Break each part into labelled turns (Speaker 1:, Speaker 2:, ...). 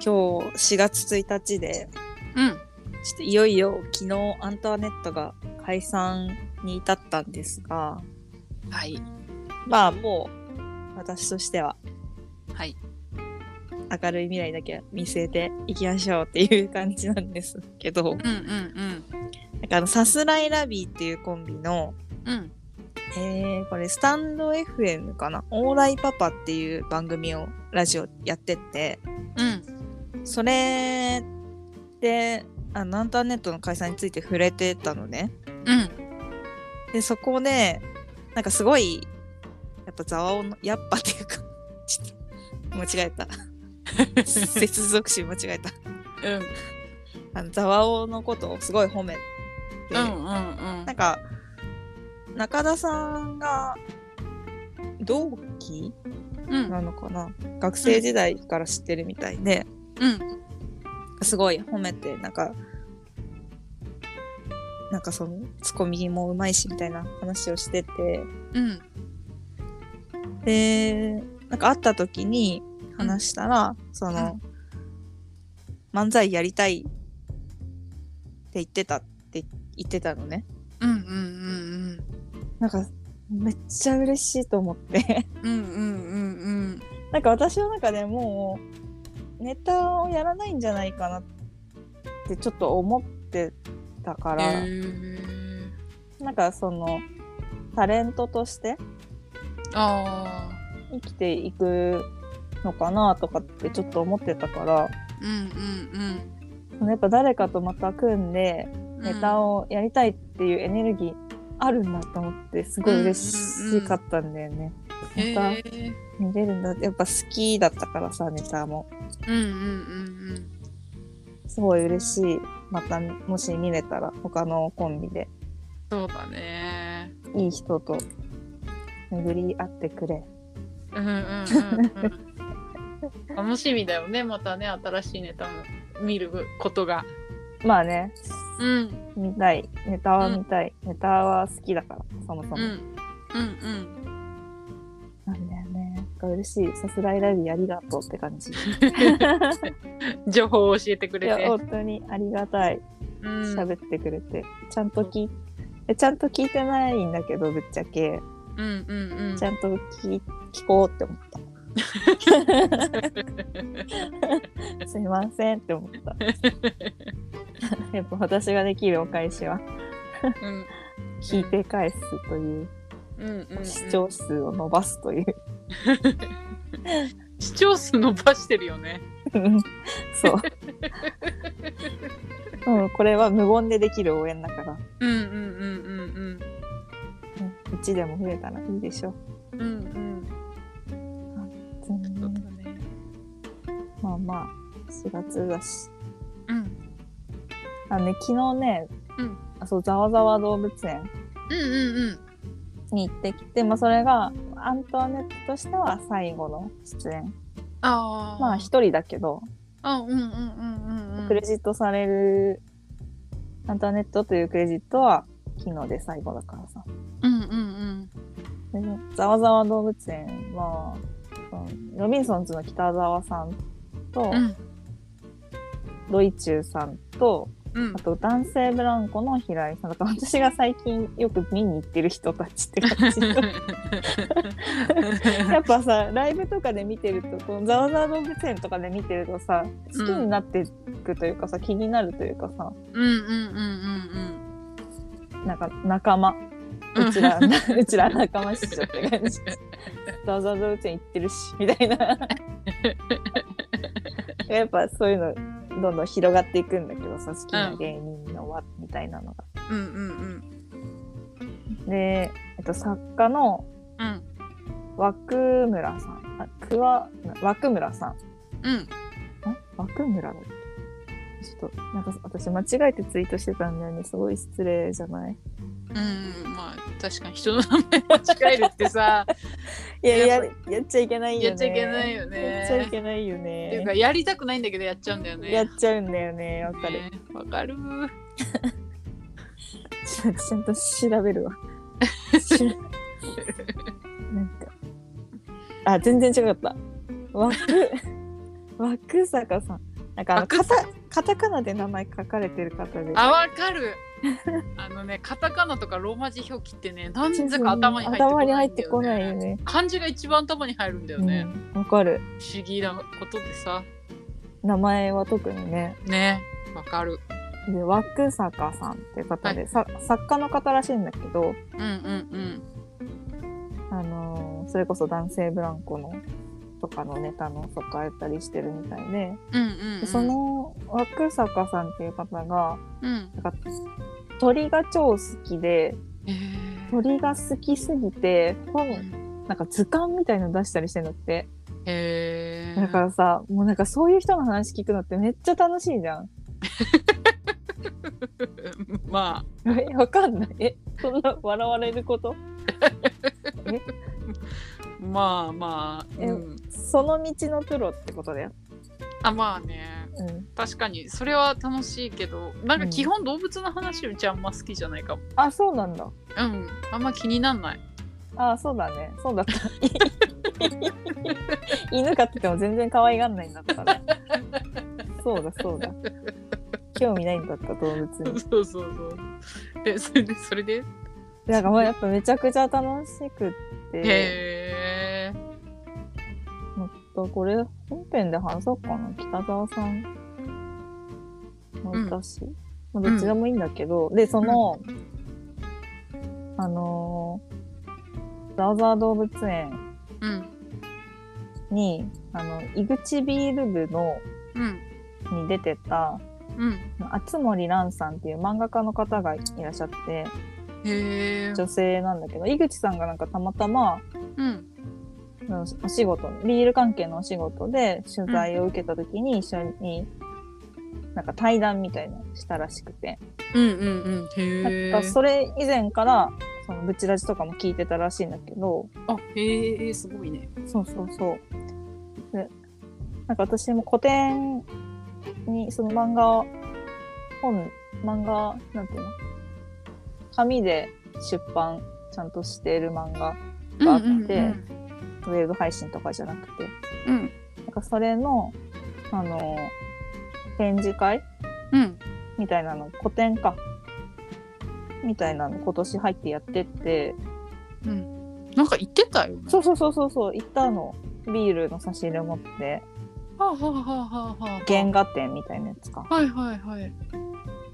Speaker 1: 4月1日で
Speaker 2: うん。
Speaker 1: ちょっといよいよ昨日アントワネットが解散に至ったんですが
Speaker 2: はい。
Speaker 1: まあもう私としては
Speaker 2: はい。
Speaker 1: 明るい未来だけ見据えていきましょうっていう感じなんですけど
Speaker 2: うんうん
Speaker 1: なんかあのさすらいラビーっていうコンビの、
Speaker 2: うん。うん。
Speaker 1: えー、これスタンド FM かな「オーライパパ」っていう番組をラジオやってて
Speaker 2: うん。
Speaker 1: それであのアンターネットの解散について触れてたのね
Speaker 2: うん。
Speaker 1: でそこでなんかすごいやっぱざわおのやっぱっていうかちょっと間違えた 接続詞間違えた
Speaker 2: うん。
Speaker 1: あのざわおのことをすごい褒めて、
Speaker 2: うんうんうん
Speaker 1: なんか中田さんが同期
Speaker 2: うん
Speaker 1: なのかな、学生時代から知ってるみたいで、
Speaker 2: うん
Speaker 1: すごい褒めてなんかなんかそのツッコミもうまいしみたいな話をしてて
Speaker 2: うん
Speaker 1: でなんか会った時に話したら、その、漫才やりたいって言ってたって言ってたのね
Speaker 2: うんうんうん
Speaker 1: なんかめっちゃ嬉しいと思って
Speaker 2: うんうんうんうん
Speaker 1: なんか私の中でもうネタをやらないんじゃないかなってちょっと思ってたから、
Speaker 2: へー
Speaker 1: なんかそのタレントとして
Speaker 2: あ
Speaker 1: 生きていくのかなとかってちょっと思ってたから
Speaker 2: ーうん
Speaker 1: やっぱ誰かとまた組んで
Speaker 2: うんう
Speaker 1: ネ
Speaker 2: ん
Speaker 1: タをやりたいっていうエネルギーあるんだと思ってすごい嬉しかったんだよね。
Speaker 2: うんへ
Speaker 1: ま
Speaker 2: ー
Speaker 1: た見れるんだってやっぱ好きだったからさネタも
Speaker 2: うんうん
Speaker 1: すごい嬉しいまたもし見れたら他のコンビで
Speaker 2: そうだね
Speaker 1: いい人と巡り合ってくれ
Speaker 2: うんうんうんうん楽しみだよねまたね新しいネタも見ることが
Speaker 1: まあね
Speaker 2: うん
Speaker 1: 見たいネタは見たい、ネタは好きだからそもそも。
Speaker 2: うんうん
Speaker 1: なんだよね。なんか嬉しい。さすらいライブありがとうって感じ。い
Speaker 2: うん情報を教えてくれ
Speaker 1: や、
Speaker 2: て
Speaker 1: 本当にありがたい。
Speaker 2: うん
Speaker 1: 喋ってくれて。ちゃんと聞いえちゃんと聞いてないんだけど、ぶっちゃけ。
Speaker 2: うんうんうん
Speaker 1: ちゃんと聞聞こうって思 った。すいませんって思っ た。やっぱ私ができるお返しは、
Speaker 2: うん
Speaker 1: 聞いて返すという、
Speaker 2: うんうんうん
Speaker 1: 視聴数を伸ばすと いう。
Speaker 2: 視聴数伸ばしてるよね。
Speaker 1: うんそう。うん、これは無言でできる応援だから、
Speaker 2: うんうんうん
Speaker 1: うん、1でも増えたらいいでしょう。
Speaker 2: うんうん。うん
Speaker 1: 全
Speaker 2: うん。そう
Speaker 1: 然
Speaker 2: だね。
Speaker 1: まあまあ、4月だし。
Speaker 2: うん。
Speaker 1: あのね、昨日ね、
Speaker 2: うん
Speaker 1: あそう、ざわざわ動物園
Speaker 2: うんうんうん。
Speaker 1: に行ってきて、まあそれが、アントワネットとしては最後の出演。
Speaker 2: ああ。
Speaker 1: まあ一人だけど、
Speaker 2: あうんうんうんうん。
Speaker 1: クレジットされる、アントワネットというクレジットは昨日で最後だからさ。
Speaker 2: うんうん
Speaker 1: でざわざわ動物園は、うんロビンソンズの北沢さんと
Speaker 2: うん。、うん
Speaker 1: ドイチューさんと、
Speaker 2: うん
Speaker 1: あ。と男性ブランコの平井さんだから私が最近よく見に行ってる人たちって感じ やっぱさライブとかで見てるとこのざわざわ動物園とかで見てるとさ好きになっていくというかさ、気になるというかさ
Speaker 2: うんうんうんうん
Speaker 1: なんか仲間
Speaker 2: うん。
Speaker 1: うちら うちら仲間っしょって感じ ざわざわ動物園行ってるしみたい なやっぱそういうのどんどん広がっていくんだけどさ好きな芸人の輪みたいなのが。
Speaker 2: うんうんうん
Speaker 1: で、えっと、作家の
Speaker 2: うん
Speaker 1: 枠村さん、あ、くわ、枠村さん。ん
Speaker 2: うん。
Speaker 1: 枠村だっけちょっと、なんか私間違えてツイートしてたんだよね。すごい失礼じゃない
Speaker 2: うん。まあ確かに人の名前間違えるってさ、
Speaker 1: いや、
Speaker 2: や
Speaker 1: や
Speaker 2: っぱ
Speaker 1: やっちゃいけないよね。
Speaker 2: やっちゃいけないよ
Speaker 1: やっちゃい
Speaker 2: ね。
Speaker 1: けないよ
Speaker 2: っていう
Speaker 1: ね
Speaker 2: か。やりたくないんだけどやっちゃうんだよね。
Speaker 1: やっちゃうんだよね。わかる。
Speaker 2: ねわかる。
Speaker 1: ちょっとちゃんと調べる わ。しなんか。あ、全然違かった。枠、枠坂さん。なんかあの
Speaker 2: あく
Speaker 1: カタカタカナで名前書かれてる方で。
Speaker 2: あ、わかる。 あのね、カタカナとかローマ字表記ってね、なんぜか頭に入ってこ
Speaker 1: 頭
Speaker 2: ないんだよ、ね。
Speaker 1: に入ってこないよね。
Speaker 2: 漢字が一番頭に入るんだよね。
Speaker 1: うんわかる。
Speaker 2: 不思議なことでさ。
Speaker 1: 名前は特にね。
Speaker 2: ね。わかる。
Speaker 1: で、ワックサカさんっていう方で、
Speaker 2: は
Speaker 1: さ作家の方らしいんだけど、
Speaker 2: うんうん
Speaker 1: あのーそれこそ男性ブランコのとかのネタの作家やったりしてるみたいで、
Speaker 2: うん。うんうん、う
Speaker 1: で
Speaker 2: ん。
Speaker 1: そ、のワックサカさんっていう方が、
Speaker 2: うん。
Speaker 1: なんか鳥が超好きで、
Speaker 2: えー
Speaker 1: 鳥が好きすぎて、本、なんか図鑑みたいの出したりしてんだって。
Speaker 2: へー
Speaker 1: だからさ、もうなんかそういう人の話聞くのってめっちゃ楽しいじゃん。
Speaker 2: ま
Speaker 1: え、わかんない。え、そんな笑われること
Speaker 2: あまあまあ、うん、
Speaker 1: その道のプロってことだよ。
Speaker 2: あまあね
Speaker 1: うん。
Speaker 2: 確かにそれは楽しいけどなんか基本動物の話うちあんま好きじゃないかも
Speaker 1: あ、そうなんだ。
Speaker 2: うんあんま気になんない
Speaker 1: あ、そうだね。そう だった。犬飼ってても全然可愛がんないんだったね。そうだ、そうだ。興味ないんだった、動物
Speaker 2: そう
Speaker 1: に。
Speaker 2: そうそうでそれでそれで
Speaker 1: でなんかもうやっぱめちゃくちゃ楽しくって、
Speaker 2: へえ
Speaker 1: もっとこれ本編で話そうかな。北沢さん。私。まあどっちでもいいんだけど、で、その、あのー、ザーザー動物園
Speaker 2: うん
Speaker 1: に、あの、井口ビール部の、
Speaker 2: うん
Speaker 1: に出てた、
Speaker 2: うん
Speaker 1: 厚森蘭さんっていう漫画家の方がいらっしゃって、
Speaker 2: へえ
Speaker 1: 女性なんだけど、井口さんがなんかたまたま、
Speaker 2: うん
Speaker 1: あのお仕事、ビール関係のお仕事で取材を受けた時に一緒に、なんか対談みたいなのしたらしくて、
Speaker 2: うんうんうんへえ
Speaker 1: なんかそれ以前から、そのブチラジとかも聞いてたらしいんだけど、
Speaker 2: あへえすごいね
Speaker 1: そうそうそう。で、なんか私も古典に、その漫画、本、漫画、なんていうの紙で出版、ちゃんとしてる漫画、があって
Speaker 2: うんうん
Speaker 1: ウェブ配信とかじゃなくて、
Speaker 2: うん
Speaker 1: なんかそれの、あの、展示会
Speaker 2: うん
Speaker 1: みたいなの、古典か。みたいなの今年入ってやってって、
Speaker 2: うんなんか言ってたよね
Speaker 1: そうそうそうそうそう、行ったの。ビールの差し入れ持って、
Speaker 2: はあはあはあはあはあ
Speaker 1: 原画展みたいなやつか。
Speaker 2: はいはいはい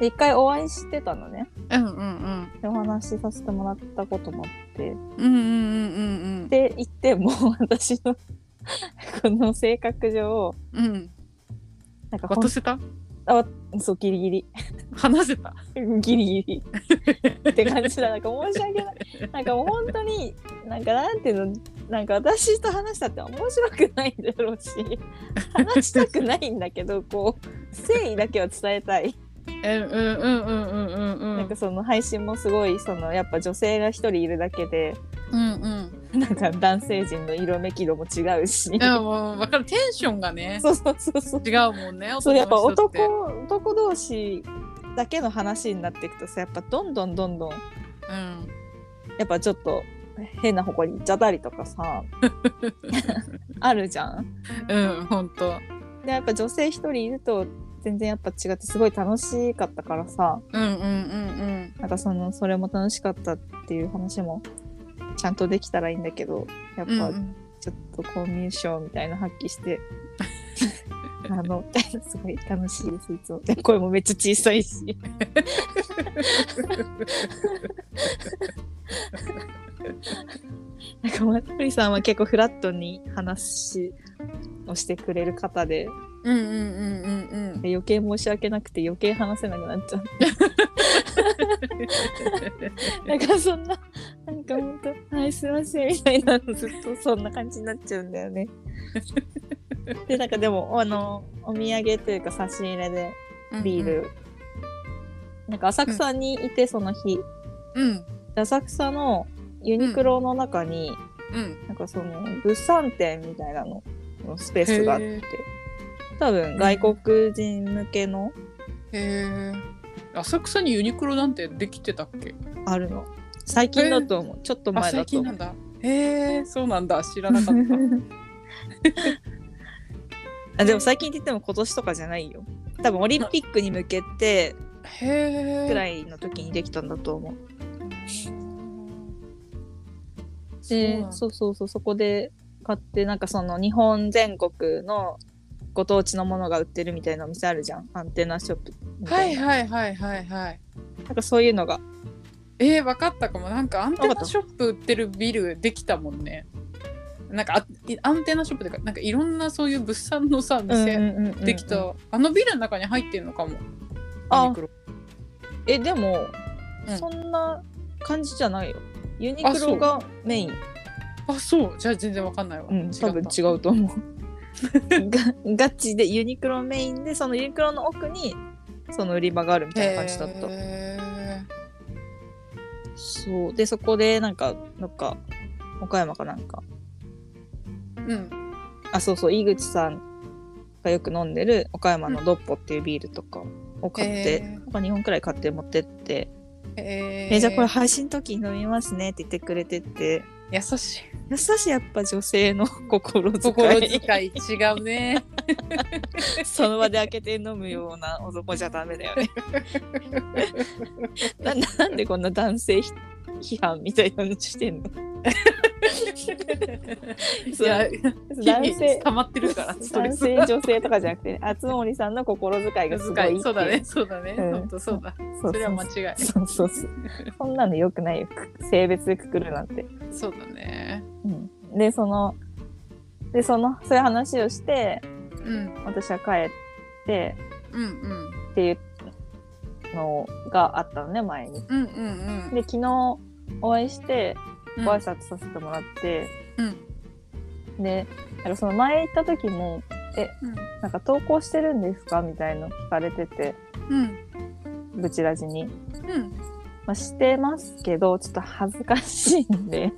Speaker 1: で一回お会いしてたのね
Speaker 2: うんうん
Speaker 1: でお話しさせてもらったこともあって
Speaker 2: うんうんうんうん
Speaker 1: で行っても 私のこの性格上
Speaker 2: うんうん
Speaker 1: なんかほん
Speaker 2: 渡せた
Speaker 1: そうギリギ リ
Speaker 2: 話せた
Speaker 1: ギリギリって感じだなんか申し訳ないなんかもう本当になんかなんていうのなんか私と話したって面白くないだろうし話したくないんだけどこう誠意だけは伝えたい
Speaker 2: うんうんうんうんうんうんうん
Speaker 1: なんかその配信もすごいそのやっぱ女性が一人いるだけで
Speaker 2: うんうん
Speaker 1: なんか男性陣の色めき度も違うし。
Speaker 2: いやもう分かるテンションがね
Speaker 1: そうそうそうそう。
Speaker 2: 違うもんね
Speaker 1: そうやっぱ
Speaker 2: の人て
Speaker 1: 男男同士だけの話になっていくとさやっぱどんどんどんどん
Speaker 2: うん
Speaker 1: やっぱちょっと変な方向に行っちゃったりとか さあるじゃん。
Speaker 2: うん本当
Speaker 1: でやっぱ女性一人いると全然やっぱ違ってすごい楽しかったからさ
Speaker 2: うんうんうん
Speaker 1: なんかそのそれも楽しかったっていう話もちゃんとできたらいいんだけどやっ
Speaker 2: うんうん
Speaker 1: ぱちょっとコミュ障みたいな発揮して。 あの、みたいなすごい楽しいです、いつも。で 声もめっちゃ小さいし。 なんか、まっくりさんは結構フラットに話をしてくれる方で、
Speaker 2: うんうんうんうんうん
Speaker 1: で余計申し訳なくて余計話せなくなっ ちゃう。なんか、そんな、なんか本当、はい、すいません、みたいなのずっとそんな感じになっちゃうんだよね。で、なんかでも、あの、お土産というか差し入れで、ビール、なんか浅草にいてその日、で
Speaker 2: うん
Speaker 1: 浅草のユニクロの中に、
Speaker 2: うん
Speaker 1: なんかその物産展みたいなののスペースがあっ
Speaker 2: へ
Speaker 1: て
Speaker 2: ー
Speaker 1: 多分外国人向けの
Speaker 2: へえ浅草にユニクロなんてできてたっけ
Speaker 1: あるの最近だと思うちょっと
Speaker 2: あ
Speaker 1: 前だ
Speaker 2: 最
Speaker 1: と
Speaker 2: 近
Speaker 1: 思
Speaker 2: な
Speaker 1: うん。
Speaker 2: だへえそうなんだ知らなかった
Speaker 3: あでも最近って言っても今年とかじゃないよ多分オリンピックに向けて
Speaker 2: へえ
Speaker 3: くらいの時にできたんだと思う
Speaker 1: で
Speaker 2: そう
Speaker 1: そうそうそうそこで買ってなんかその日本全国のご当地のものが売ってるみたいなお店あるじゃんアンテナショップみ
Speaker 2: は
Speaker 1: た
Speaker 2: い
Speaker 1: な,、
Speaker 2: はいはいはいはい
Speaker 1: なんかそういうのが
Speaker 2: えー、分かったかもなんかアン
Speaker 3: わ
Speaker 2: テ
Speaker 3: かっ
Speaker 2: ナ
Speaker 3: た
Speaker 2: ショップ売ってるビルできたもんねなんかあいアンテナショップとかなんかいろんなそういう物産のさ
Speaker 1: うん
Speaker 2: 店
Speaker 1: うんうんうん
Speaker 2: できた、あのビルの中に入ってんのかも
Speaker 1: あ
Speaker 2: ユニクロ
Speaker 1: えでも、
Speaker 2: うん
Speaker 1: そんな感じじゃないよユニ
Speaker 2: あ
Speaker 1: ク
Speaker 2: そ
Speaker 1: ロ
Speaker 2: う
Speaker 1: がメイン
Speaker 2: あそうじゃあ全然わかんないわ、
Speaker 1: うん
Speaker 2: った
Speaker 1: 多分違うと思う がガチでユニクロメインでそのユニクロの奥にその売り場があるみたいな感じだった
Speaker 2: へ
Speaker 1: そうでそこでなんかなんか岡山かなんか
Speaker 2: ーうん
Speaker 1: あそうそう井口さんがよく飲んでる岡山のドッポっていうビールとかを買って、
Speaker 2: うんへー
Speaker 1: なんか2本くらい買って持ってって「
Speaker 2: え
Speaker 1: えじゃあこれ配信の時に飲みますね」って言ってくれてて
Speaker 2: 優しい
Speaker 1: 優しいやっぱ女性の心遣い
Speaker 2: 心遣い違 うね
Speaker 1: その場で開けて飲むような男じゃダメだよね ななんでこんな男性ひ批判みたいなのしてんの
Speaker 2: い や
Speaker 1: 男
Speaker 2: 日々
Speaker 1: 性
Speaker 2: 溜まってるからストレ
Speaker 1: 男
Speaker 2: ス
Speaker 1: 性女性とかじゃなくて、ね、厚森さんの心遣いがすごいってい
Speaker 2: 遣いそうだねそうだね、
Speaker 1: うん
Speaker 2: ほんとそうだ
Speaker 1: そうそうそう
Speaker 2: それは間違い
Speaker 1: そうそうそう。そんなの良くないよ。く性別でくくるなんて。
Speaker 2: そうだね
Speaker 1: うん、で、その、で、その、そういう話をして、
Speaker 2: うん
Speaker 1: 私は帰って
Speaker 2: うんうん
Speaker 1: っていうのがあったのね、前に。
Speaker 2: うんうん
Speaker 1: で、昨日お会いして、
Speaker 2: うん
Speaker 1: ご挨拶させてもらって、
Speaker 2: うん
Speaker 1: で、なんかその前行った時も、
Speaker 2: うん
Speaker 1: なんか投稿してるんですかみたいの聞かれてて、
Speaker 2: うん
Speaker 1: ブチラジに。
Speaker 2: うん
Speaker 1: まあ、してますけど、ちょっと恥ずかしいん で、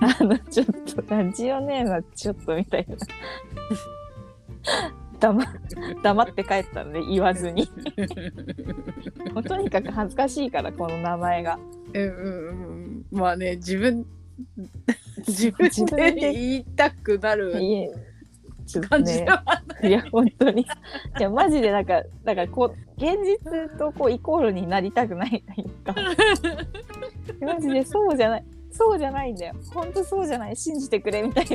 Speaker 1: あの、ちょっと、ラジオネームはちょっとみたいな。黙黙って帰ったので言わず にもうとにかく恥ずかしいからこの名前が
Speaker 2: うんうんうんまあね自 分自分で言いたくないる
Speaker 1: えちょっと
Speaker 2: 感じ
Speaker 1: ね
Speaker 2: だわ、
Speaker 1: いや本当にいやマジでなんかだからこう現実とこうイコールになりたくないというかマジでそうじゃないそうじゃないんだよ本当そうじゃない信じてくれみたい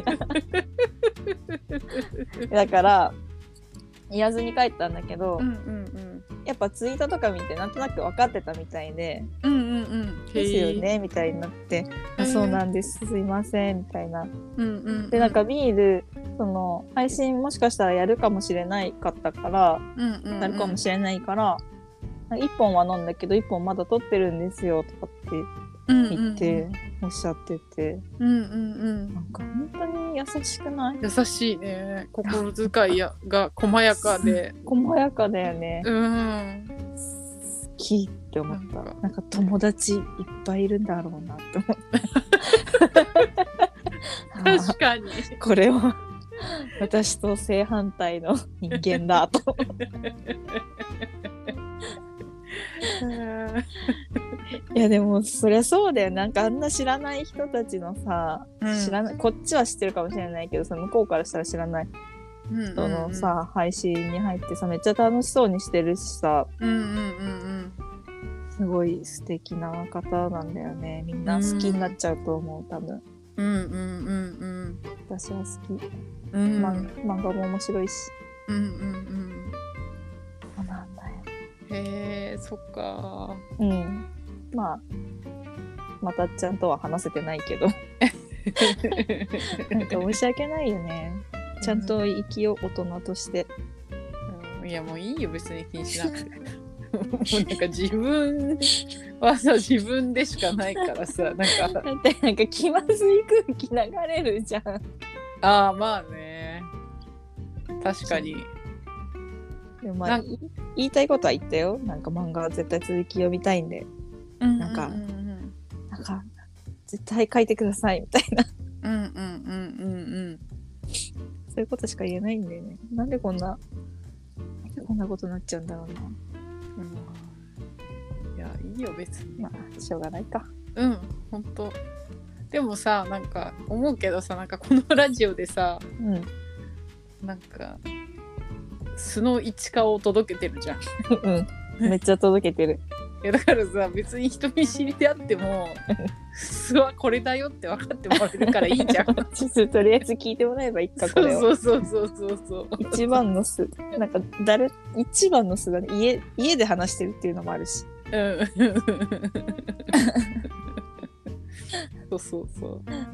Speaker 1: なだから言わずに帰ったんだけど、
Speaker 2: うんうん
Speaker 1: やっぱツイートとか見てなんとなく分かってたみたいで
Speaker 2: うんうんうんうん
Speaker 1: 「ですよね」みたいになって「あそうなんですすいません」みたいな。
Speaker 2: うんうんうん
Speaker 1: でなんかビールその配信もしかしたらやるかもしれないかったから
Speaker 2: うんうんうん
Speaker 1: なるかもしれないから1本は飲んだけど1本まだ取ってるんですよとか
Speaker 2: うん
Speaker 1: って言っておっしゃってて
Speaker 2: うんうんうん
Speaker 1: なんか本当に優しくない
Speaker 2: 優しいね心遣いやが細やか で
Speaker 1: 細やかだよね
Speaker 2: うん
Speaker 1: 好きって思っ
Speaker 2: なん
Speaker 1: た
Speaker 2: か
Speaker 1: なんか友達いっぱいいるんだろうなって思った あー
Speaker 2: 確かに
Speaker 1: これは私と正反対の人間だといやでもそりゃそうだよなんかあんな知らない人たちのさ、
Speaker 2: うん
Speaker 1: 知らないこっちは知ってるかもしれないけどさ向こうからしたら知らない人のさ、配信に入ってさめっちゃ楽しそうにしてるしさ
Speaker 2: うんうんうん
Speaker 1: すごい素敵な方なんだよねみんな好きになっちゃうと思う多分
Speaker 2: うんうんうんうん
Speaker 1: 私は好き、
Speaker 2: うんうん
Speaker 1: まん、漫画も面白いし
Speaker 2: うんうん
Speaker 1: そうなんだよ
Speaker 2: うんへえそっか
Speaker 1: うんまあまたっちゃんとは話せてない けどなんか申し訳ないよねちゃんと生きよう大人として
Speaker 2: うんいやもういいよ別に気にしなくてもうなんか自分はさ自分でしかないからさなんか
Speaker 1: だってなんか気まずい空気流れるじゃん。
Speaker 2: ああまあね確かに
Speaker 1: でもまあ
Speaker 2: なん
Speaker 1: い言いたいことは言ったよ。なんか漫画は絶対続き読みたいんで、
Speaker 2: なん
Speaker 1: か
Speaker 2: うんうん
Speaker 1: なんか絶対書いてくださいみたいな、
Speaker 2: うんうんうんうんうん
Speaker 1: そういうことしか言えないんだよね。なんでこんな、なんでこんなことになっちゃうんだろうな。
Speaker 2: いやいいよ別に
Speaker 1: まあ、しょうがないか。
Speaker 2: うんほんとでもさなんか思うけどさなんかこのラジオでさ
Speaker 1: うん。
Speaker 2: なんか素の市川を届けてるじゃん。い
Speaker 1: うん。めっちゃ届けてる。
Speaker 2: やだからさ別に人見知りであっても素はこれだよって分かってもらえるからいいじゃん。
Speaker 1: ちょっととりあえず聞いてもらえばいいか、こ
Speaker 2: そ
Speaker 1: れを。
Speaker 2: うそうそうそうそうそう。
Speaker 1: 一番の巣。なんか、誰、一番の巣だね。家、家で話してるっていうのもあるし。
Speaker 2: うん そうそうそう。ね。